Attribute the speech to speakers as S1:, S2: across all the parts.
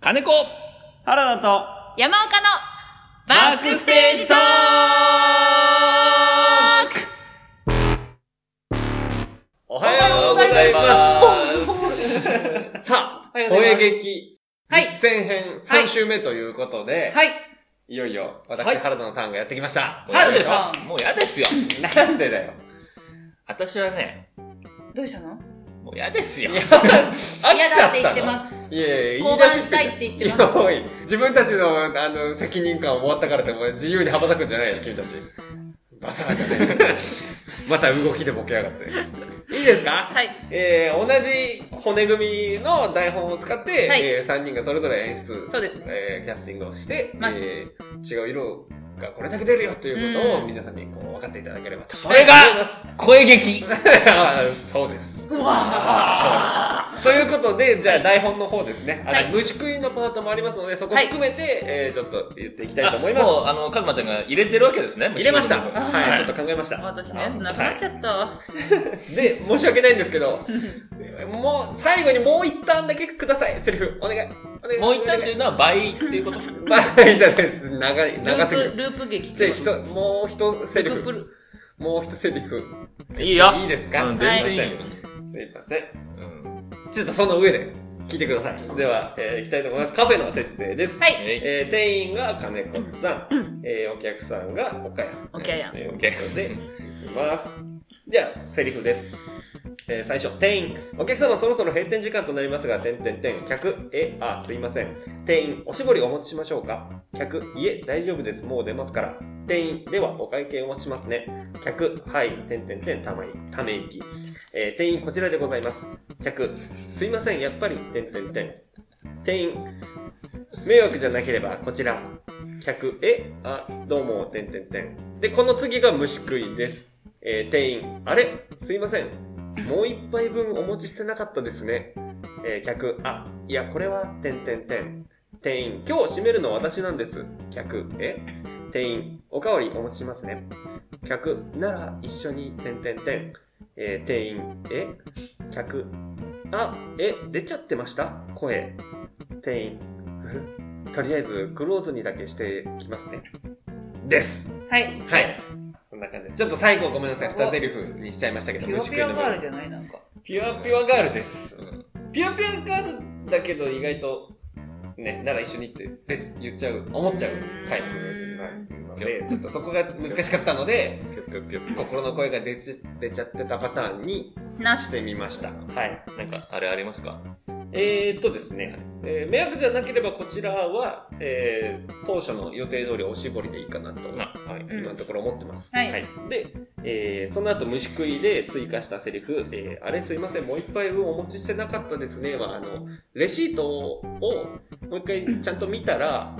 S1: 金子
S2: 原田と
S3: 山岡の
S1: バックステージトーク
S2: お。
S4: はようございますさあ、
S3: おはようござ
S4: 声
S3: います
S4: 劇
S3: はい
S4: 実践編
S3: はい
S4: 3週目ということで、
S3: はい。
S4: いよいよ
S1: はい
S4: 私、原田のターンがやってきました。
S1: 春で
S3: し
S1: す
S3: ょ
S1: もう嫌ですよ。
S4: なんでだよ。
S1: 私はね、
S3: どうしたの
S1: もう嫌ですよ。
S4: 飽き
S3: 嫌
S4: ちゃ
S3: だ
S4: っ
S3: って
S4: た
S3: 言
S4: の
S3: ってます。
S4: いやいや、言
S3: 降
S4: い出
S3: 板
S4: し
S3: したいって言ってま
S4: い
S3: す
S4: やおい自分たちの、あの、責任感終わったからって、もう自由に羽ばたくんじゃないよ、君たち。バサーじゃ ねえ。また動きでボケやがって。いいですか
S3: はい。
S4: えー、同じ骨組みの台本を使って、
S3: はい
S4: え3人がそれぞれ演出、
S3: そうですね
S4: えーキャスティングをして、
S3: ます
S4: えー違う色がこれだけ出るよということ
S3: う
S4: を
S3: ん
S4: 皆さんにこう分かっていただければと。
S1: それが、声劇。
S4: あー そうです。ということで、じゃあ台本の方ですね。あの、
S3: はい
S4: 虫食いのパートもありますので、そこ含めて、えーちょっと言っていきたいと思います
S1: あ。もう、あの、かずまちゃんが入れてるわけですね。
S4: 入れました。
S1: 虫の部分
S4: はい、
S1: はい
S4: ちょっと考えました。
S3: 私のやつなくなっちゃった。は
S4: で、申し訳ないんですけど、もう、最後にもう一旦だけください、セリフ。お願い。お願い
S1: もう一旦というのは倍っていうこと。
S4: まあ、いいじゃないです。長い、
S3: ル
S4: 長すぎ
S3: ープ、
S4: る。
S3: ループ劇。
S4: じゃあ、ひと、もう一セリ
S3: ループ
S4: フ。
S3: ル
S4: もう一セリフ。
S1: いいよ。
S4: いいですか、
S1: うん、
S4: すいま
S1: 全
S4: せん。
S1: 然いいよ。
S4: すいません。
S1: うん
S4: ちょっとその上で、聞いてください。では、えー、行きたいと思います。カフェの設定です。
S3: はい。
S1: えい
S4: えー、店員が金子さん、えー、お客さんが岡山。
S3: 岡山
S4: えー、お客さんで、いきます。じゃあ、セリフです。えー最初、店員。お客様そろそろ閉店時間となりますが、てんてんてん。客、え、あ、すいません。店員、おしぼりお持ちしましょうか。客、いえ、大丈夫です。もう出ますから。店員、ではお会計お持ちしますね。客、はい、てんてんてん、たまい、ため息。えー店員、こちらでございます。客、すいません、やっぱり、てんてんてん。店員、迷惑じゃなければ、こちら。客、え、あ、どうも、てんてんてん。で、この次が虫食いです。えー店員、あれすいません。もう一杯分お持ちしてなかったですね。えー客、あ、いや、これは、てんてんてん。店員、今日閉めるの私なんです。客、え店員、おかわりお持ちしますね。客、なら一緒に、てんてんてん。えー店員、え客、あ、え、出ちゃってました声。店員、とりあえずクローズにだけしてきますね。です。
S3: い。
S4: はい。そんな感じです。ちょっと最後ごめんなさい。二セリフにしちゃいましたけど、
S3: ピュア
S4: 虫食
S3: ピ
S4: い
S3: ュ
S4: の
S3: ア
S4: 部
S3: ガール
S4: 分
S3: じゃないなんか。
S4: ピュアピュアガールです。ピュアピュアガールだけど意外と、ね、なら一緒にってで言っちゃう、思っちゃうタイプなので、ちょっとそこが難しかったので、心の声が出ち出ちゃってたパターンに
S3: な
S4: し
S3: し。
S4: てみました。はい。
S1: なんか、あれありますか
S4: えー、っとですね、えー迷惑じゃなければこちらは、えー当初の予定通りおしぼりでいいかなと、
S1: あ
S4: はい
S3: うん
S4: 今のところ思ってます。
S3: はい
S4: で、えーその後虫食いで追加したセリフ、えーあれすいません、もう一杯分お持ちしてなかったですねは、あの、レシートをもう一回ちゃんと見たら、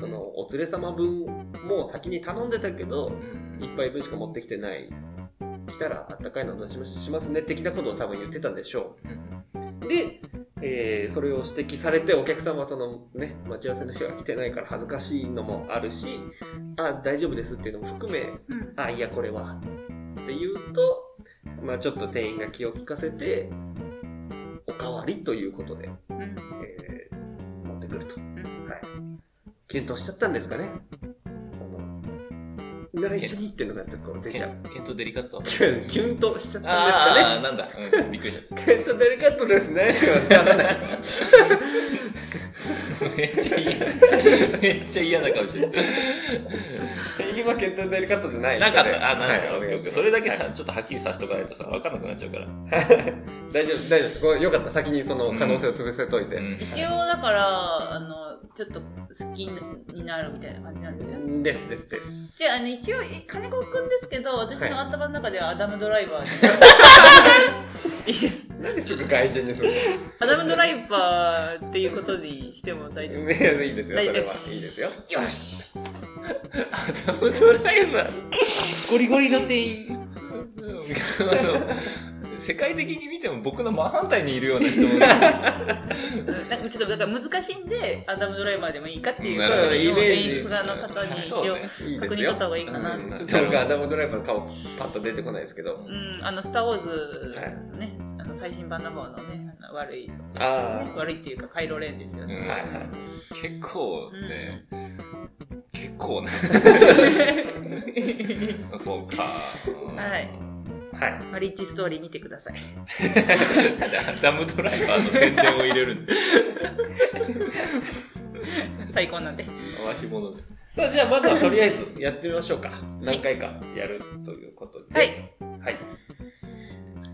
S4: その、お連れ様分もう先に頼んでたけど、一杯分しか持ってきてない。来たらあったかいの出しますしますね、的なことを多分言ってたんでしょう。で、えーそれを指摘されてお客様はそのね、待ち合わせの人が来てないから恥ずかしいのもあるし、あ、大丈夫ですっていうのも含め、
S3: うん。
S4: あ、いや、これは。って言うと、まあちょっと店員が気を利かせて、おかわりということで、
S3: うん。
S4: えー持ってくると。
S3: うん。
S4: 検討しちゃったんですかねその、なら一緒にっていうのがこう出ちゃう。
S1: ケントデリカット。
S4: キュンとしちゃったんですかね
S1: ああ、なんだ。うんびっくりしちゃっ
S4: ケントデリカットです ね。わからない
S1: た。めっちゃ嫌。めっちゃ嫌な顔してる。
S4: 今ケントデリカットじゃない
S1: なかった。あ、
S4: は
S1: なん
S4: い
S1: か、
S4: お
S1: オッ
S4: 願
S1: ケ
S4: い
S1: ー
S4: し
S1: オッケ
S4: ま
S1: ー
S4: す
S1: それだけさ、ちょっとはっきりさせとかないとさ、わかんなくなっちゃうから。
S4: 大丈夫、大丈夫です。これ良かった。先にその可能性を潰せといて。
S1: うん
S3: 一応、だから、あの、ちょっと好きになるみたいな感じなんですよね。
S4: です、です、です。
S3: じゃあ、あの、一応、え金子くんですけど、私
S4: はい
S3: の頭の中ではアダムドライバー で。いいです。
S4: なんですぐ外人にする
S3: アダムドライバーっていうことにしても大丈夫。
S4: のいやいいですよ、それは。
S3: 大丈夫です
S4: いいですよ。
S3: よし
S1: ダムドライバーゴリゴリの店員世界的に見ても僕の真反対にいるような人もいる
S3: うんなんかちょっとだから難しいんで、アダムドライバーでもいいかっていう、
S1: なるほど
S4: イメージ
S3: 演出家の方に一
S1: そう
S3: 応
S1: ね
S4: いいで
S3: 確
S4: す
S3: 認取
S4: よ
S3: っ。た方がいいかな。
S4: う
S3: うんん、
S4: ちょっと僕、アダムドライバーの顔、パッと出てこないですけど。
S3: あの、スター・ウォーズ、ね、あの最新版の方のねあの悪い
S4: あー
S3: 悪いっていうかカイロレンですよね、
S4: はいはい
S1: 結構ね、結構ねそうか、うん
S3: はい
S4: はい。
S3: マリッジストーリー見てください
S1: なんでアダムドライバーの宣伝を入れるんで
S3: 最高なんで
S1: 回し物です
S4: さあ、じゃあまずはとりあえずやってみましょうか。何回かやるということで。
S3: はい。
S4: はい。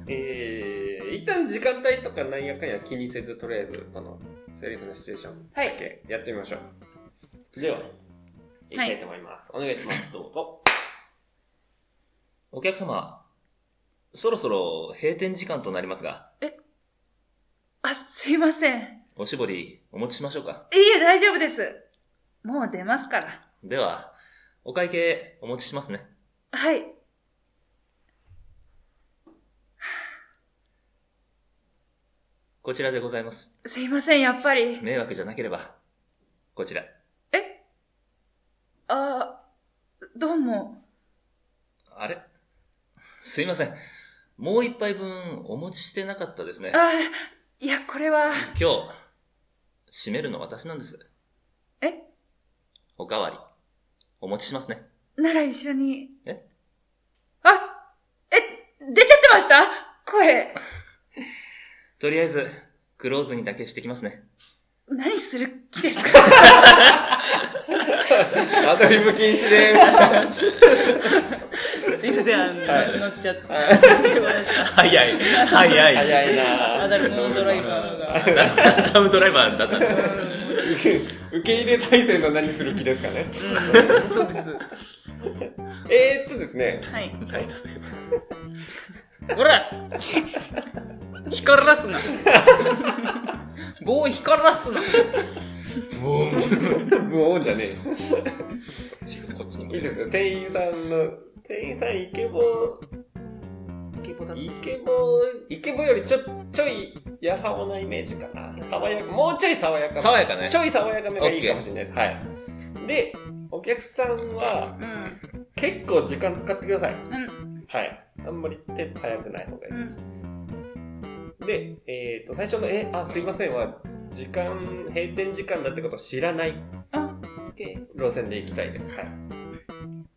S4: えー、一旦時間帯とかなんやかんや気にせず、とりあえず、このセリフのシチュエーション
S3: は
S4: だ
S3: い
S4: けやってみましょう。では、いきたいと思います。お願いします。どうぞ。
S1: お客様そろそろ閉店時間となりますが
S3: あすいませんい
S1: おしぼりお持ちしましょうか
S3: え大丈夫ですもう出ますから
S1: ではお会計お持ちしますね
S3: はい
S1: こちらでございます
S3: すいませんやっぱり
S1: 迷惑じゃなければこちら
S3: えあーどうも
S1: あれすいませんもう一杯分お持ちしてなかったですね
S3: あーいやこれは
S1: 今日閉めるの私なんです
S3: え
S1: おかわりお持ちしますね
S3: なら一緒に
S1: え
S3: あえ出ちゃってました声
S1: とりあえず、クローズにだけしてきますね。
S3: 何する気ですか
S4: アドリブ禁止でー
S3: すいませんあの、
S4: はい
S3: 乗っちゃって
S4: す。
S1: 早い、早い。
S4: 早いな
S3: アダルムドライバーが
S1: ダムドライバーだったんだ。
S4: 受け入れ体制の何する気ですかね。
S3: うんそうです
S4: えーっとですね、
S3: はい
S1: ライトセーバー
S3: ほら光らすな棒光らすな
S1: ボー
S4: 無音じゃねえ。
S1: ン。こっちにも
S4: いいですよ、店員さんの、店員さんイケボ、イケボだイケボ、イケボよりちょ、ちょい、やさおなイメージかな。爽やか、もうちょい爽やかめ。
S1: 爽やかね
S4: ち。ょい爽やかめがい
S1: オッ
S4: い
S1: ケー
S4: かもしれないです。はい。で、お客さんは、
S3: うん
S4: 結構時間使ってください。
S3: うん
S4: はい。あんまり手早くない方がいい。
S3: うん
S4: で、えっ、と、最初の、え、あ、すいませんは、時間、閉店時間だってことを知らない
S3: あオッケ
S4: 路線で行きたいです。はい。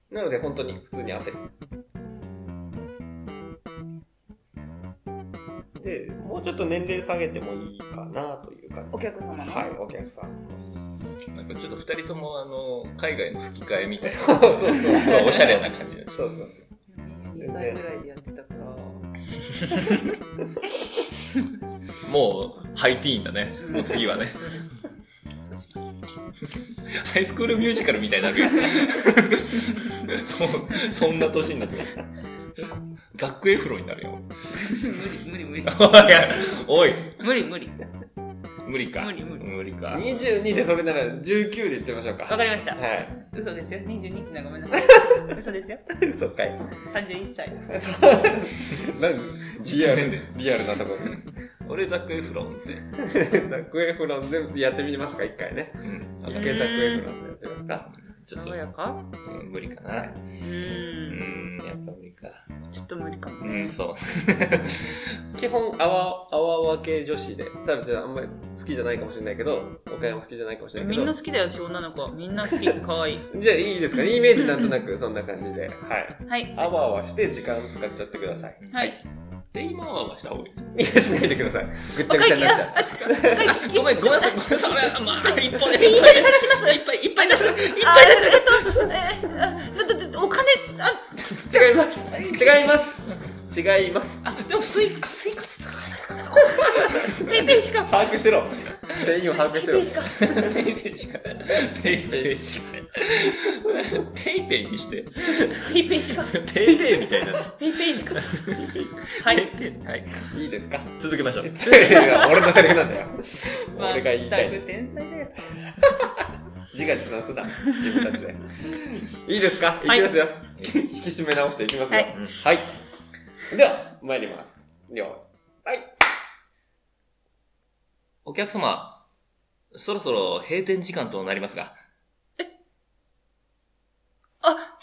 S4: なので、本当に普通に焦る。で、もうちょっと年齢下げてもいいかなという感じ。
S3: お客様の
S4: はい、お客さん。
S1: なんかちょっと二人とも、あの、海外の吹き替えみたい
S4: そうそうそう
S1: な、すごいおしゃれな感じです。
S4: そうそうそう。
S3: ー22歳ぐらいでやってたから
S1: もう、ハイティーンだね。もう次はね。ハイスクールミュージカルみたいになるよ。 そ、そんな年になってくる。ザックエフロンになる よ。
S3: 無理無理無理
S1: おい、おい。
S3: 無理無理
S1: 無理か。
S3: 無理無理
S1: か。
S4: 22でそれなら19で言ってみましょうか。
S3: わかりました
S4: はい。
S3: 嘘ですよ22ってのはごめんなさい嘘ですよ
S4: そっかい。
S3: 31歳
S4: そうなんリア
S1: 実年
S4: ル
S1: 齢、
S4: リアルなところ。
S1: 俺ザックエフロンって。
S4: ザクエフロンでやってみますか、一回ね。
S1: うん。
S4: オッケーザクエフロンでやってみますか。
S1: ちょっと、
S3: か
S1: うん無理かな。
S3: う
S1: う
S3: ーん
S1: ん、やっぱ無理か。
S3: ちょっと無理かも
S1: う
S3: ね
S1: ん、そう。。
S4: 基本あわあわあわ系女子で多分あんまり好きじゃないかもしれないけどお金も好きじゃないかもしれない
S3: み
S4: け
S3: ん
S4: ど
S3: な好きだよし女の子はみんな好き可愛い
S4: じゃあいいですかねイメージなんとなくそんな感じではい
S3: はい
S4: あわあわして時間使っちゃってください
S3: はいい
S1: で、今はした方がいい。
S4: いやしないでくださいぐっちゃぐちゃになっちゃ
S1: ごめん、ごめんなさい、ごめんなさい。俺、まあ、一本で。
S3: 一緒に探します
S1: いっぱいいっぱい出した。いっ
S3: あ
S1: ぱい出した。
S3: えっとえーあだだだお金あ
S4: う違います違います違います
S1: あ、でもスイカ、スイカつったか
S3: ペイペイしか
S4: 把握してろ店員を把握
S3: ペイ
S4: して
S3: ペ
S4: ろ
S3: イしか
S1: な。ペイペイしかない。ペイペイしかない。ペイペイにして。
S3: ペイペイしか
S1: ペイペイみたいな。
S3: ペイペイしかはい
S1: ペイペイはい。
S4: い いですか
S1: 続けましょう。
S4: 俺のセリフなんだよ俺が言いた
S3: 全
S4: い
S3: く天才だよ
S4: 自画自賛すな自分たちでいいですかいき
S3: はい
S4: ますよ引き締め直していきますよ
S3: はい
S4: はい。では、参ります。では、はい。
S1: お客様、そろそろ閉店時間となりますが、
S3: あ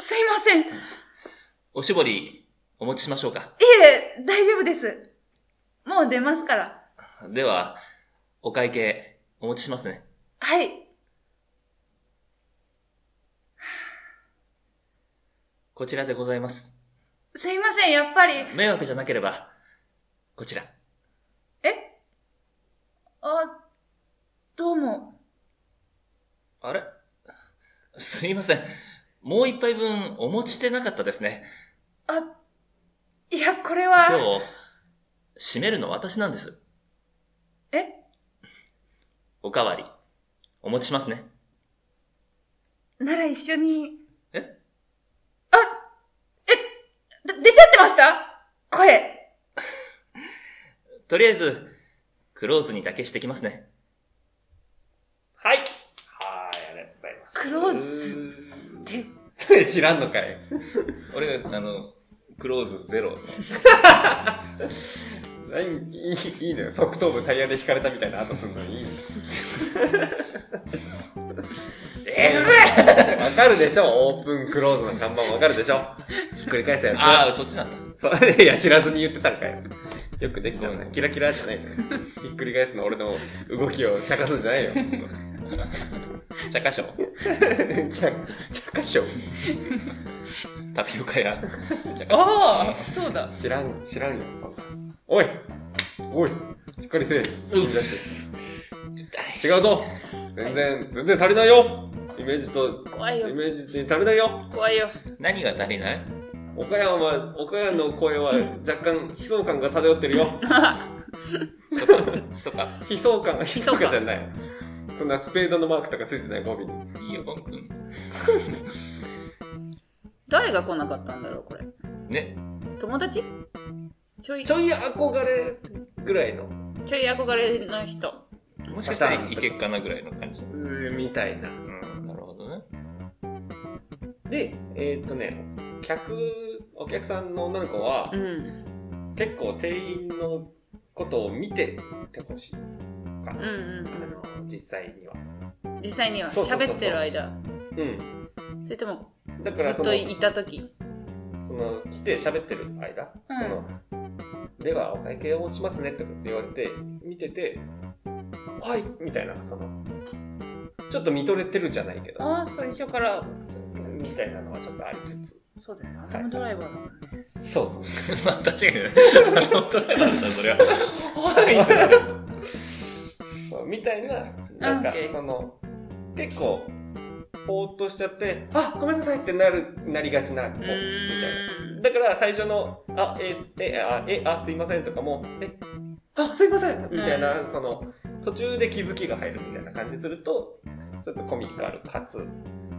S3: すいませんい
S1: おしぼり、お持ちしましょうか。
S3: え大丈夫です
S2: もう出ますから。
S1: では、お会計、お持ちしますね。
S2: はい。
S1: こちらでございます。
S2: すいません、やっぱり。
S1: 迷惑じゃなければ、こちら。
S2: えあ、どうも。
S1: あれすいません。もう一杯分お持ちしてなかったですね。
S2: あ、いや、これ
S1: 今
S2: は、
S1: 日、締めるの私なんです。
S2: え
S1: おかわり、お持ちしますね。
S2: なら一緒に。
S1: え
S2: あ、え、で出ちゃってました声。
S1: とりあえず、クローズにだけしてきますね。
S4: はい。はい、ありがとうございます。
S2: クローズって、
S4: ズ知らんのかい。
S1: 俺が、あの、クローズゼロ。
S4: 何いいいいのよ。側頭部タイヤで引かれたみたいな後すんのにいいのよ。えぐいわかるでしょオープンクローズの看板わかるでしょひっくり返すやつ。
S1: ああ、そっちなんだ。
S4: そうい や、知らずに言ってたんかよ。よくできたな。キラキラじゃないのよ。ひっくり返すの俺の動きを茶化すんじゃないよ。
S1: 茶化粧、
S4: 茶、茶化しょ。
S1: タピオカや。茶化
S3: ああ、そうだ。
S4: 知らん、知らんよ、そんな。おいおいしっかりせえ。
S1: うん
S4: 出して。違うぞ全然、全然足りないよイメージと、
S3: 怖い
S4: イ
S3: よ。
S4: メージに足りないよ
S3: 怖いよ。
S1: 何が足りない
S4: 岡山は、岡山の声は若干悲壮感が漂ってるよ。
S1: そっか、そっか。
S4: 悲壮感、悲壮
S3: 悲壮
S4: 感
S3: 感
S4: じゃない。そんなスペードのマークとかついてない語尾に。
S1: いいよ、ゴン君。
S3: 誰が来なかったんだろう、これ。
S1: ね。
S3: 友達ちょい、
S4: ちょい憧れぐらいの、
S3: ちょい憧れの人。
S1: もしかしたらいけっかなぐらいの感じ。
S4: うーみたいな。
S1: うん、なるほどね。
S4: で、えーっとね、客、お客さんの女の子は
S3: う、ん。
S4: 結構店員のことを見ててほしいか
S3: うん
S4: な、
S3: うん
S4: あの実際には
S3: うん。実際には
S4: そうそうそうそう
S3: 喋ってる間。
S4: うん
S3: それとも、
S4: だか
S3: ず
S4: ら
S3: っ
S4: そ
S3: と
S4: の
S3: いた時。
S4: その来て喋ってる間、そのではお会計を持ちますねとかって言われて見てて「はい」みたいなそのちょっと見とれてるじゃないけど
S3: ああ、最初から。
S4: みたいなのはちょっとありつつ
S3: そうだよね。頭ドライバーだもんね。
S4: そう そう
S1: まあ、確かにね。本当なんだ、それは。
S4: そうみたいな、なんか
S3: オッケー、
S4: その、結構、ぼーっとしちゃって、あ、ごめんなさいってなる、なりがちな子、み
S3: う
S4: たい
S3: ー
S4: な。
S3: ん。
S4: だから最初の、あ、え、え、あ、え、あ、すいませんとかも、え、あ、すいませんみたいな、その、途中で気づきが入るみたいな感じすると、ちょっとコミカルかつ、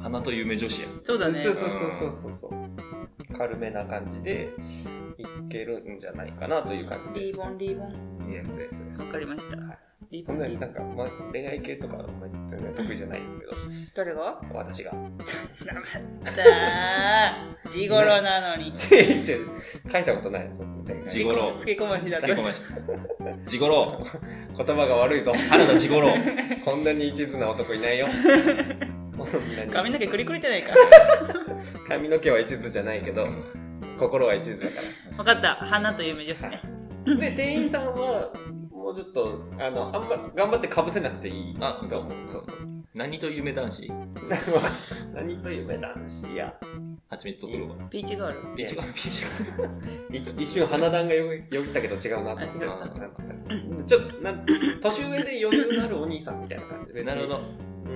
S1: 花と夢女子や。
S3: そうだね
S4: そ。うそうそうそうそうそう、軽めな感じで、いけるんじゃないかなという感じ
S3: リ
S4: で
S3: ー
S4: す。
S3: ボン、リーボン。
S4: イエスイエスイエス
S3: わかりました。リー
S4: こん
S3: ボン、
S4: な
S3: リ
S4: に
S3: ー
S4: な
S3: ボン。
S4: んか、まあ、恋愛系とか、まあ全然得意じゃないですけど、
S3: 誰が
S4: 私が。
S3: だー。地頃なのに。
S4: 違う書いたことないです、恋愛
S1: 地頃
S3: つけ込ましだ
S1: さ
S3: け
S1: あ、。ごめん。ジゴロ
S4: 言葉が悪いぞ。
S1: 原田ジゴロ
S4: こんなに一途な男いないよ。こんなに
S3: 髪の毛くりくりじゃないか。
S4: 髪の毛は一途じゃないけど、心は一途だか
S3: わかった。花と夢女子ね。
S4: ら。で、店員さんは、もうちょっと、あの、あんま、頑張って被せなくていい
S1: あ
S4: と思う。そう
S1: 何と夢男子
S4: そう。何と夢男子や。
S1: 蜂蜜とクローバ
S3: ピーチガール。
S1: ー。ピーチゴロピーチゴ
S4: い一瞬花壇がよぎよぎったけど違うなと思って
S3: あ違
S1: った
S4: なんつったらちょっとなん年上で余裕のあるお兄さんみたいな感じで
S1: ロなるほど。
S4: うんう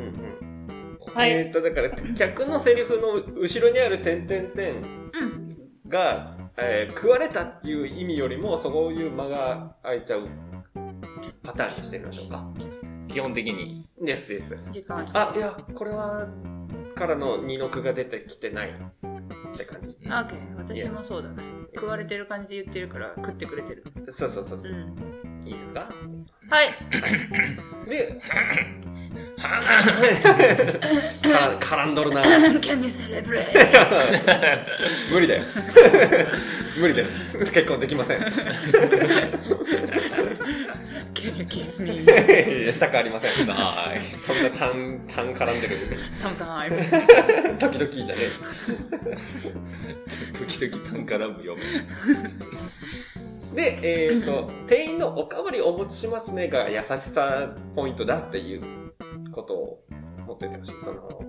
S4: ん
S3: はい
S4: えーっとだから客のセリフの後ろにある点点点
S3: うん。
S4: が、えー食われたっていう意味よりもそういう間が空いちゃうパターンにしてみましょうか
S1: 基本的に。
S4: ですですです
S3: 時間はちょっ
S4: あいやこれはからの二の句が出てきてないって感じ
S1: うん
S3: と。あ、オッケー。私もそうだね。食われてる感じで言ってるから、食ってくれてる。
S4: そうそうそう
S3: う
S4: そう、
S3: ん。
S4: いいですか
S3: はい。
S4: で
S1: は
S4: から絡んどるな
S3: Can you celebrate?
S4: 無理だよ無理です結婚できません
S3: Can you kiss me?
S4: したくありませんそんな
S1: ーい。
S4: 単単絡んでる
S3: Sometime.
S4: 時々じゃね
S1: 時々単価ラブ読む。
S4: えで、えっ、と、店員のおかわりお持ちしますねが優しさポイントだっていうことを持っててほしい。その、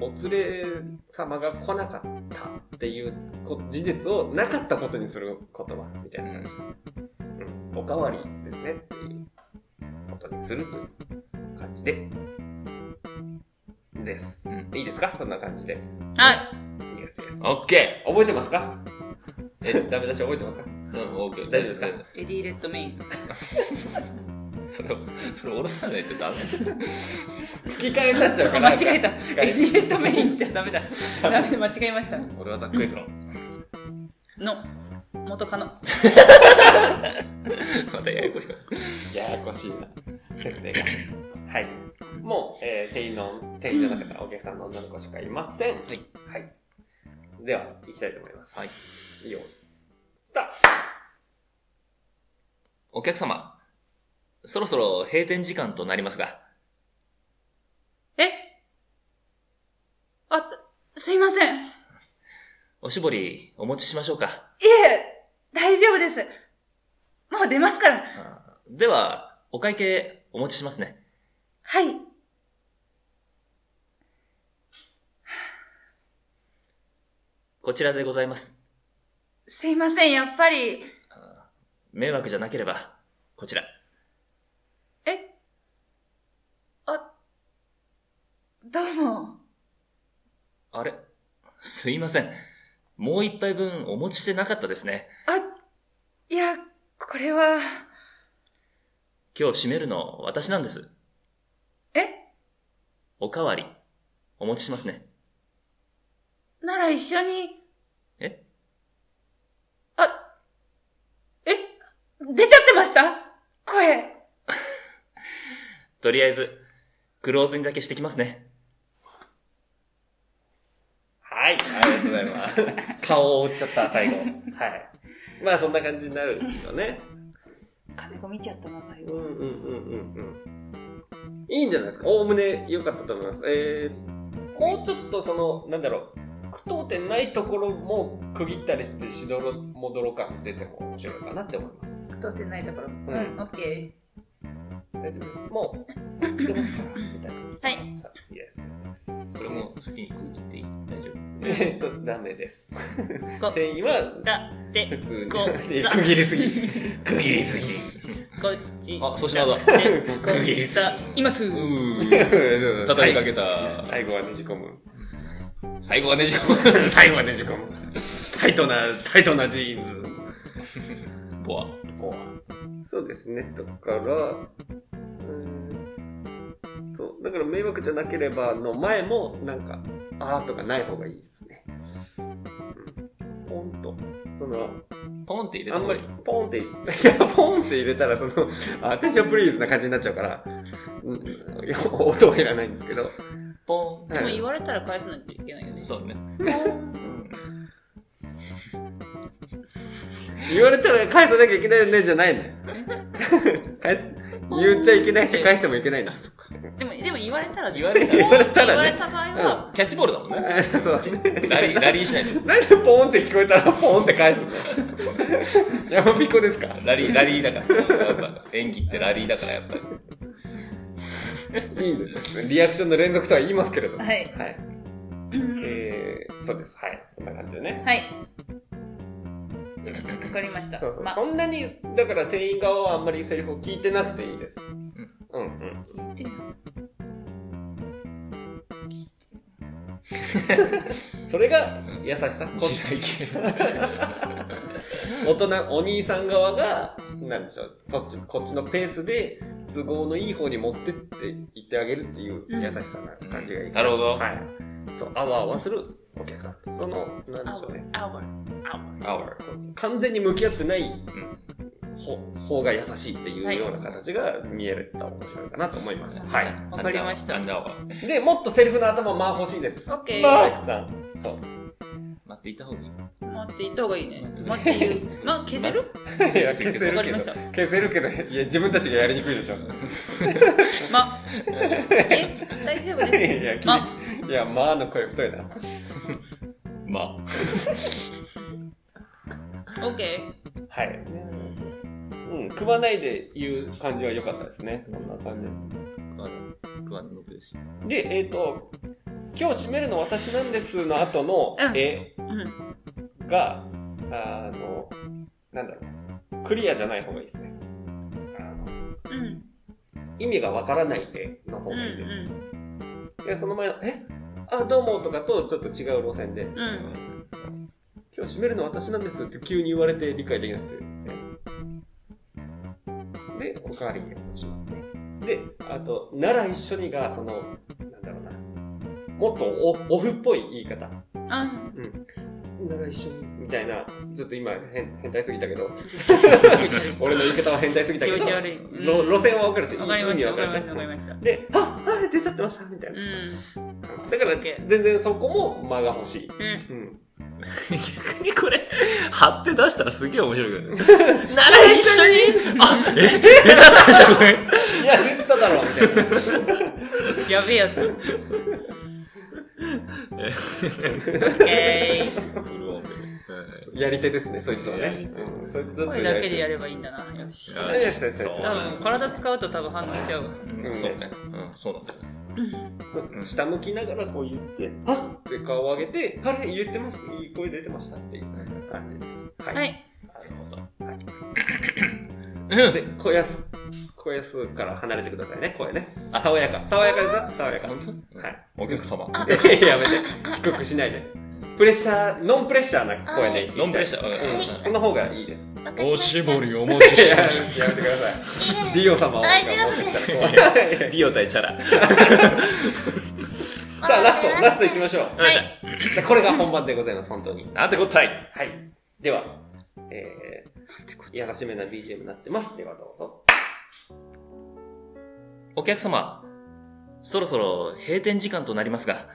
S4: お連れ様が来なかったっていうこ事実をなかったことにする言葉みたいな感じ。うん、おかわりですねっていうことにするという感じで、です。
S1: うん
S4: いいですかそんな感じで。
S3: はい。
S4: イエスイエス。
S1: オッケ
S4: 覚えてますか
S1: え
S4: ダメ出し覚えてますか
S1: ーうんオッケー
S4: 大丈夫ですか
S3: エディ・レッドメイン。
S1: それを、それを下ろさないとダメ。
S4: 吹き替えになっちゃうから。
S3: 間違えた。エディ・レッドメインじゃダメだ。ダメだ、間違えました。
S1: 俺はザックエフロン。
S3: の、元カノ。
S1: またややこしくなる
S4: ややこしいな。設定が。はい。もう、えー、店員の、店員じゃなかったらお客さんの女の子しかいません。はい。はい。では、行きたいと思います。
S1: はい。
S4: いいよ。スター
S1: お客様、そろそろ閉店時間となりますが、
S2: えあ、すいません。い
S1: おしぼりお持ちしましょうか。
S2: え、大丈夫です。もう出ますから。
S1: あでは、お会計お持ちしますね。
S2: はい。
S1: こちらでございます。
S2: すいません、やっぱり。
S1: 迷惑じゃなければ、こちら。
S2: えあ、どうも。
S1: あれすいません。もう一杯分お持ちしてなかったですね。
S2: あ、いや、これは、
S1: 今日閉めるの私なんです。
S2: え
S1: おかわり、お持ちしますね。
S2: なら一緒に。
S1: え
S2: あ、え出ちゃってました声。
S1: とりあえず、クローズにだけしてきますね。
S4: はい。ありがとうござい ます。顔を覆っちゃった、最後。はい。まあ、そんな感じになるんですよね。
S3: 金子見ちゃったな、最
S4: うん。うんうんうんうん。いいんじゃないですか。おおむね良かったと思います。えー、もうちょっとその、なんだろう、苦闘点ないところも区切ったりして、しどろもどろ感出ても面白いかなって思います。
S3: 太ってないところ。うんん、オッケ
S4: 大丈夫です。もう、出ますから、みたいな。
S3: ー。はい。
S4: さあ、イエス。
S1: それも好きに食い切っていい大丈夫。
S4: えっと、ダメです。
S3: こ、
S4: 店員は、
S3: だ、
S4: 普
S3: で、
S4: 通に。
S3: こざ
S4: 区切りすぎ。区切りすぎ。
S3: こっち。
S1: あ粗品だ
S3: でこ
S4: 区切りすぎ。
S3: だ、今すぐ。
S1: ー。
S4: 叩き
S1: けた。
S4: 最後はねじ込む。
S1: 最後はねじ込
S4: 最後はねじ込む。タイトな、タイトなジーンズ。
S1: む。ボア。
S4: そうですね。だから、うーん。そう。だから迷惑じゃなければの前も、なんか、あーとかない方がいいですね。うん。ポンと。その、
S1: ポンって入れ
S4: あ
S1: た
S4: ん
S1: 方
S4: ま
S1: が
S4: り
S1: いい。、
S4: ポンって、い や、ポンって入れたら、その、アテンションプリーズな感じになっちゃうから、うんいや音はいらないんですけど。
S1: ポ
S4: は
S3: でも
S4: い
S3: 言われたら返さなきゃいけないよね
S1: ン。。そうね。
S4: 言われたら返さなきゃいけないよね、じゃないのよ。返す、言っちゃいけないし、返してもいけないんです。
S3: でも、でも言われたらです
S1: 言われたら
S3: 言われた
S4: ね
S3: 場合は、
S1: キャッチボールだもんね。
S4: あそう。
S1: ラリー、ラリーしないと。
S4: なんでポーンって聞こえたらポーンって返すの山彦ですか
S1: ラリー、ラリーだから。やっぱ演技ってラリーだから、やっぱり。
S4: いいんですよ。リアクションの連続とは言いますけれども。
S3: はい
S4: はい。えー、そうです。はい。こんな感じでね。
S3: はい。わかりました。
S4: そうそう。
S3: ま
S4: そんなに、だから店員側はあんまりセリフを聞いてなくていいです。うん。うんうん。
S3: 聞いてよ
S4: それが優しさ。こ
S1: 白い系。
S4: 大人、お兄さん側が、なんでしょう、そっち、こっちのペースで、都合のいい方に持ってって言ってあげるっていう優しさな感じがいい、
S1: なるほど
S4: はい。そう、あわあわするお客さんと。その、なんでしょうね。
S3: hour, hour.
S1: アワー。
S4: そうそう完全に向き合ってない
S1: うん。
S4: 方方が優しいっていうような形が見えたら面白いかなと思います。はい。
S3: わかりました
S1: アンダーアワー。
S4: で、もっとセリフの頭、まあ欲しいです。
S3: オッケー
S4: まあ、さん。そう。
S1: 待っていた方がいい。
S3: 待っていった方がいいね。待って言う。まあ、消せる
S4: いや、消せ
S1: わ
S4: る
S3: か
S4: け
S3: り
S4: ど
S3: ました、
S4: 消せるけど、いや、自分たちがやりにくいでしょ。
S3: ま、え大丈夫
S4: い
S3: で
S4: や、き
S3: す。ま、
S4: いや、まあの声太いな。
S1: まあ。
S3: オッケー。
S4: はい。うん、組まないで言う感じは良かったですね。そんな感じです。
S1: あの、不安の僕です。
S4: で、えっ、と、今日閉めるの私なんですの後の
S2: うん
S4: 絵
S3: うん。
S4: が、あの、なんだろう、クリアじゃない方がいいですね。あの
S3: うん。
S4: 意味がわからない絵の方
S3: うん。
S4: がいいです。で、その前の、えあ、どうもとかとちょっと違う路線で、
S3: うん。うん。
S4: 今日閉めるの私なんですって急に言われて理解できなくて。で、おかわりをしますね。で、あと、なら一緒にが、その、なんだろうな、もっとオオフっぽい言い方。
S3: あ、
S4: うん。なら一緒に、みたいな、ちょっと今変、変態すぎたけど、俺の言い方は変態すぎた
S3: 気
S4: け
S3: 持
S4: ど、
S3: ち悪い。
S4: ろ路線はわかるし、
S3: わかりま
S4: 意味
S3: した、
S4: は
S3: わ
S4: わ
S3: かりま
S4: かるし
S3: した、わかりました。
S4: で、あ、あ、出ちゃってました、みたいうな。
S3: ん。
S4: だから
S3: OK、
S4: 全然そこも間が欲しい。
S3: うん。
S4: うん。
S1: 逆にこれ、貼って出したらすげえ面白いけどね。なら一緒にあ、え 出ちゃったでしょ、これ。
S4: いや、出てただろ、みたいな。
S3: やべえやつ。えーい。
S1: フルオンでね。
S4: やり手ですね、そいつは
S1: や
S4: ね
S1: り。手
S4: うんそいつずっと
S3: 声だけでや
S4: る。
S3: ればいいんだな。よし。
S1: はい
S4: そうですそうです
S1: そう
S3: 多
S1: なんだ
S3: 分、体使うと多分反応しちゃうわ。
S1: うんそうね。うん、そうなんだよね。
S4: そうそう下向きながらこう言って、あっって顔を上げて、あれ言ってました、いい声出てましたっていう感じです。は
S3: は。い。
S1: なるほど。
S4: で、小安、小安から離れてくださいね、声ね。
S1: あ
S4: 爽やか。爽やかですよ爽やか。
S1: 本当
S4: はい。
S1: お客様。
S4: でやめて。低くしないで。プレッシャー、ノンプレッシャーな声で。
S1: ノンプレッシャ
S4: う
S1: ー。
S4: ん。その方がいいです。
S1: うんおしぼりお持
S4: い やや めてください。ディオ様を。
S5: 大丈夫です
S4: す。さ
S1: ディオ対チャラ。
S4: あ、ラスト、ラスト行きましょう。
S1: はい。
S4: でこれが本番でございます、本当に。
S1: なんてこったい。
S4: はい。では、えー、優しめな BGM になってます。ではどうぞ。
S1: お客様、そろそろ閉店時間となりますが、
S2: あ、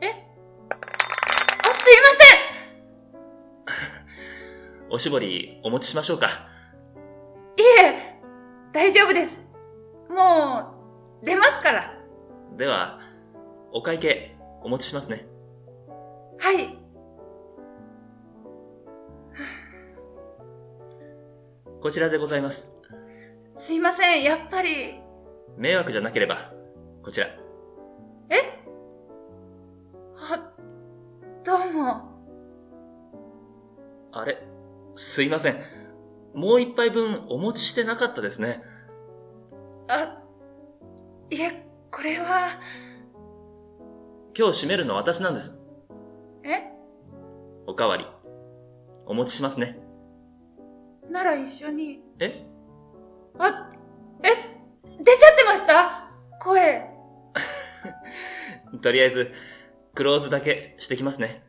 S2: すいません
S1: おしぼりお持ちしましょうか。
S2: いえ、大丈夫です。もう、出ますから。
S1: では、お会計お持ちしますね。
S2: はい。は
S1: こちらでございます。
S2: あすいません、やっぱり。
S1: 迷惑じゃなければ、こちら。
S2: あ、どうも。
S1: あれすいません。もう一杯分お持ちしてなかったですね。
S2: あ、いえ、これは、
S1: 今日閉めるの私なんです。
S2: え
S1: おかわり。お持ちしますね。
S2: なら一緒に。
S1: え
S2: あ、え、出ちゃってました声。
S1: とりあえず、クローズだけしてきますね。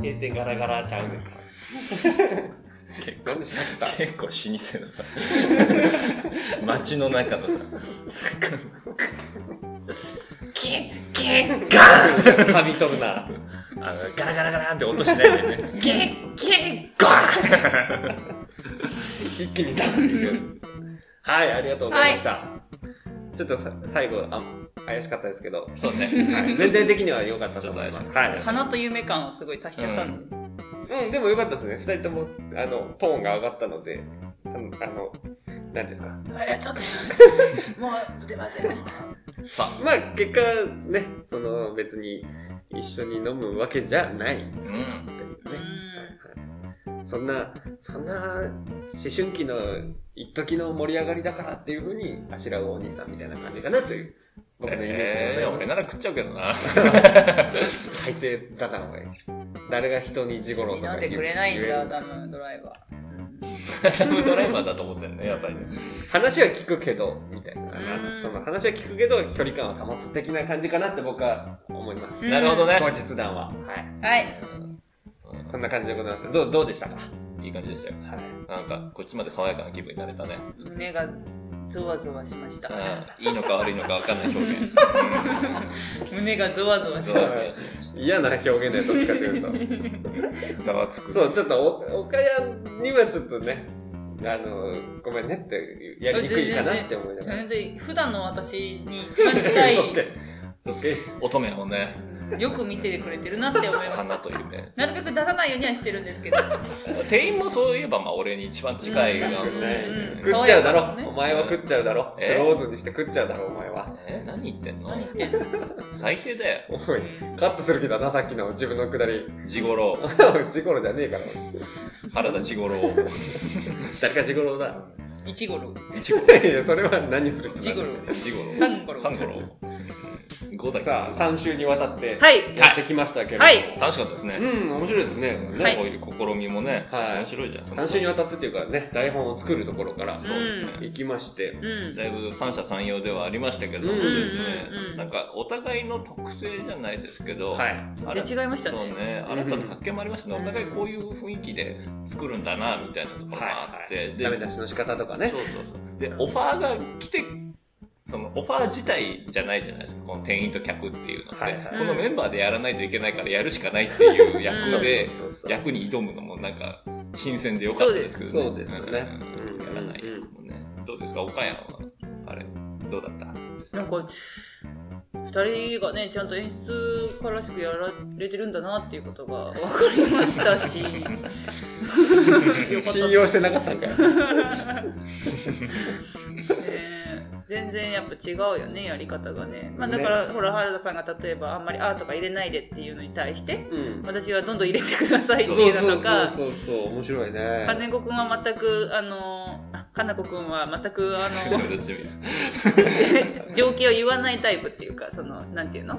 S4: 閉店ガラガラちゃうねんから。
S1: 結
S4: なんでシャッ ター
S1: 結構老舗のさ街の中のさキンキンガン
S4: はびとるな。
S1: あのガラガラガランって音しないでねキンキンガン
S4: 一気にダウンですよ。はい、ありがとうございました。ちょっとさ最後あ、怪しかったですけど、
S1: そうね、
S4: はい、全体的には良かったと思います。はい。
S3: 花と夢感をすごい足しちゃったんで。
S4: うん、でも良かったですね。二人とも、あの、トーンが上がったので、あの、あのなんですか。
S3: えっと、出ますもう出ません。
S1: さあ
S4: まあ、結果、ね、その、別に、一緒に飲むわけじゃないんです
S1: う
S4: けど
S1: ん
S4: っていうね。そんな、そんな、思春期の一時の盛り上がりだからっていうふうに、あしらうお兄さんみたいな感じかなという、僕のイメージで
S1: えー
S4: ござ
S1: 俺
S4: い
S1: な
S4: ます。
S1: ら食っちゃうけどな
S4: 最低だな、おい。誰が人にジゴロと
S3: な
S4: か
S3: ん
S4: 言
S3: で
S4: う
S3: くれないん
S4: 言え
S3: だ、
S4: る
S3: ダムドライバー。
S1: タムドライバーだと思ってんねやっぱりね
S4: 話は聞くけど、みたいな
S3: う。ん
S4: その話は聞くけど、距離感を保つ的な感じかなって僕は思います。
S3: うん
S1: なるほどね
S4: 後日談は。はい。
S3: はい。
S4: こんな感じでございます。どう、どうでしたか
S1: いい感じでしたよ
S4: はい。
S1: なんかこっちまで爽やかな気分になれたね
S3: 胸がゾワゾワしました。
S1: あーいいのか悪いのか分かんない表現
S3: 胸がゾワゾワし
S1: ゾ
S3: ま
S1: ワ
S3: し
S1: ゾワし
S4: 嫌な表現だよ、どっちかという
S1: た
S4: と。
S1: ざわつ く
S4: そう、ちょっとお、岡谷にはちょっとね、あの、ごめんねって、やりにくいかなって思いな
S3: た。
S4: がら。
S3: 全然、普段の私に一番近い
S4: 嘘つけ そして、
S1: 乙女をね、
S3: よく見てくれてるなって思いまし
S1: 花
S3: た。
S1: というね。
S3: なるべく出さないようにはしてるんですけど。
S1: 店員もそういえば、まあ、俺に一番近いが、
S3: うん
S1: ね
S3: うん
S4: 食っちゃうだ
S3: 可愛いからね
S4: ろ。お前は食っちゃうだろ。ク
S1: え
S4: ローズにして食っちゃうだろ、お前は。
S1: え何言ってんの
S3: 何言ってんの
S1: 最低だよ。
S4: おい、カットする気だな、さっきの自分のくだり。
S1: 地頃、
S4: ジゴロじゃねえから。
S1: 原田地頃を。
S4: 誰かジゴロだ。
S3: 一五郎、
S4: いや、それは何する人
S3: 一
S4: だ
S3: 五
S4: ろ
S3: 郎、
S1: 地頃。
S3: 三五郎
S1: 三五郎。五だけ。
S4: さあ、3週にわたって、
S2: はい。
S4: やってきましたけれども。
S2: はい
S1: 楽しかったですね。
S4: うん、面白いですね。
S1: ね、
S2: はい
S1: こういう試みもね、
S4: はい
S1: 面白いじゃん。
S4: 3週にわたってというかね、台本を作るところから、
S1: そうですね。
S4: 行きまして。
S2: うん。
S1: だいぶ三者三様ではありましたけども
S4: うん
S1: ですね、
S2: うんうんうん
S1: なんかお互いの特性じゃないですけど、
S4: はい。
S1: あ
S3: 全然違いましたね
S1: そうね新たな発見もありましたね、
S3: うん
S1: お互いこういう雰囲気で作るんだなみたいなところもあって、で
S4: ダメ出しの仕方とかね
S1: そ。うそうそうでオファーが来てそのオファー自体じゃないじゃないですかこの店員と客っていうのって、
S4: はいはい
S1: このメンバーでやらないといけないからやるしかないっていう
S2: そ
S1: 役
S2: う
S1: で
S4: そうそう
S1: 役に挑むのもなんか新鮮でよかったですけどね
S4: そうですそうですよね
S1: うん
S4: うん
S1: やらない役もねどうですか岡山はあれどうだったです
S2: な
S1: か
S2: んか、二人がね、ちゃんと演出家らしくやられてるんだなっていうことが分かりましたし、 よかった
S4: 信用してなかったんかよ。
S2: ね全然やっぱ違うよねやり方がね、まあ、だから、ほら原田さんが例えばあんまり「あ」とか入れないでっていうのに対して
S4: うん。
S2: 私はどんどん入れてくださいって
S4: そう
S2: いう
S4: そ
S2: の
S4: う
S2: とか
S4: そうそう、面白いね。
S2: 金子くんは全くあのあ金子くんは全くあ
S1: ちょっと待って
S2: の 情景を言わないタイプっていうかそのなんていうのう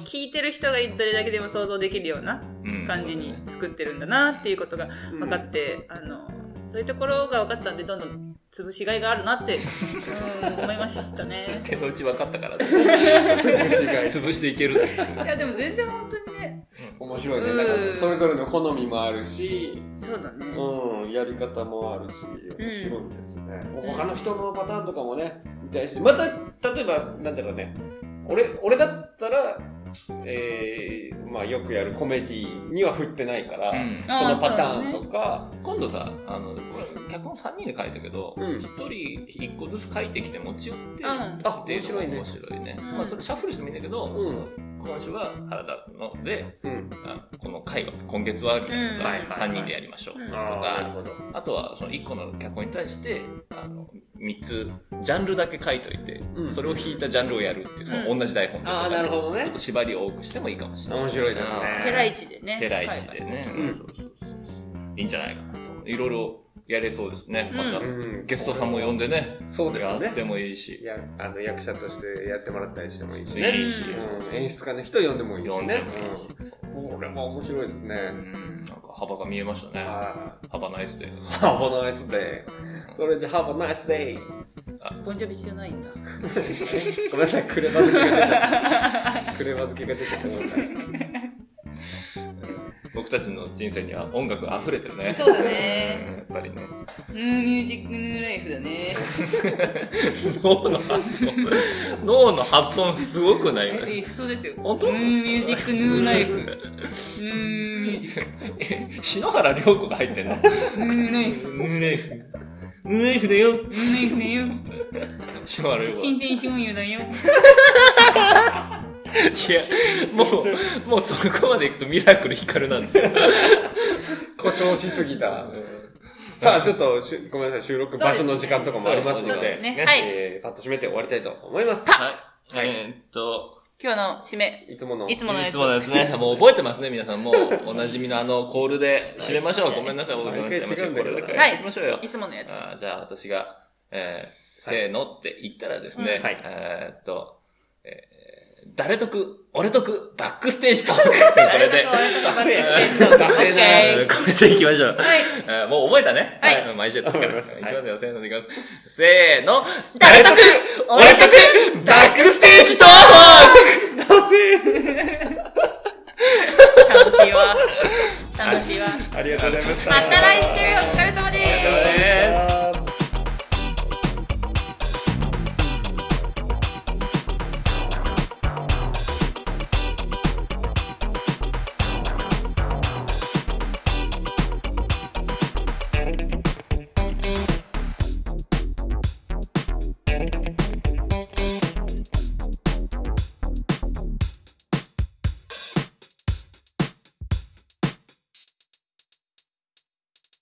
S2: ん聞いてる人がどれだけでも想像できるような
S1: うん
S2: 感じに作ってるんだなっていうことが分かって、あのそういうところが分かったんでどんどん潰しがいがあるなって、うん、思いましたね。
S1: 手の内分かった からね
S4: そうね
S1: 潰していけるぜ
S3: いや、でも全然本当にね、
S4: 面白いね。だから、それぞれの好みもあるし、
S2: そうだね。
S4: うん、やり方もあるし、面白いですね。他の人のパターンとかもね、見たいし、また、例えば、なんだろうね、俺、俺だったら、えー、まあよくやるコメディには振ってないから、
S1: うん
S4: そ
S2: あ
S4: の
S2: ー
S4: パターンとか、
S1: 今度さあのこれ脚本3人で書いたけど、
S4: うん
S1: 一1人1個ずつ書いてきて持ち寄って、
S2: うん
S4: あ
S1: っていうのも面白いね
S2: うん
S1: まあ、それシャッフルしてもいいんだけど、
S4: うん
S1: その今週は原田ので
S4: うん。
S1: あこの回は今月はみたいなのが
S2: うん
S1: 3人でやりましょう、
S2: うん
S1: なる
S4: ほど。
S1: あとはその1個の脚本に対してあの3つジャンルだけ書いといて、
S4: うん
S1: それを引いたジャンルをやるっていうその同じ台本でと
S4: あ
S1: か
S4: あ、
S1: で、
S4: なるほど
S1: ちょ
S4: ね
S1: っと。縛りを多くしてもいいかもしれない
S4: 面白いですね
S2: ペライチでね。
S1: ペライチでね、
S4: うん
S1: うんそうそうそうそういいんじゃないかなといろいろやれそうですね、
S2: うん
S1: また
S4: うん
S1: ゲストさんも呼んでね
S4: そうです
S1: やっ
S4: ね
S1: て。もいいし
S4: いや、あの、役者としてやってもらったりしてもいいし
S1: い
S4: ね。
S1: いし、
S4: うん、演出家の人呼んでもいい
S1: 呼
S4: しね。
S1: んでもいいし、
S4: うんこれも面白いです
S1: う
S4: ね。
S1: ん、なんか幅が見えましたね
S4: は
S1: 幅ナイスで
S4: い。ハーバナイスデイ。それじゃハーバナイスデイ。
S2: ボンジョビじゃないんだ。
S4: ごめんなさい、クレバ好きが出ちゃった。クレバ好きが出ちゃった。ごめんなさい
S1: 僕たちの人生には音楽溢れてるね
S3: そうだ
S1: う
S3: ね
S1: んやっぱりね
S3: ヌーミュージックヌーライフだね。
S1: 脳の発音脳の発音すごくない
S3: え、え普通ですよ。
S1: 本当
S3: ヌーミュージックヌーライフ。ヌーミュージッ
S1: え篠原涼子が入ってんのヌ
S3: クヌーライフ。
S1: ーレイフヌーレイフだよ
S3: ヌーライフだよ。
S1: 篠原涼子
S3: 新鮮醤油だよ。
S1: いや、もう、もうそこまで行くとミラクル光なんですよ。
S4: 誇張しすぎた。さあ、ちょっとしゅ、ごめんなさい、収録場所の時間とかもありますの
S1: そう
S4: で
S1: で、す
S3: ね。
S1: ね
S3: はい。
S4: えー、パッと締めて終わりたいと思います。
S1: はい。えーっと、
S3: 今日の締め。
S4: いつもの。
S3: いつものや
S1: い
S3: つ。
S1: つものやつね、もう覚えてますね、皆さん。もう、おなじみのあの、コールで締めましょう。ごめんなさい、僕のちゃいました。これだけ
S3: はい
S1: 行きましょうよ。
S3: いつものやつ。
S1: あーじゃあ、私が、えー、せーのって言ったらですね、
S3: うん
S4: はい
S1: えーっと、えー誰得、俺得、バックステージトーク。 これで、
S3: 誰とか誰とか
S4: せ
S3: 誰とか
S4: ダセーな
S1: えー
S3: オッ
S1: これで行きましょう。
S3: ケーはい。
S1: えーもう覚えたね。
S3: はい
S1: い。毎週やってるから。
S4: わ
S1: い
S4: か
S1: き
S4: りました
S1: ますよ、せーのでいきます。せーの、
S3: 誰得
S1: 俺得バックステージトー
S3: 楽しいわ。楽しいわ。
S4: ありがとうございました。
S3: また来週お疲れ様
S1: クで
S3: です。
S1: す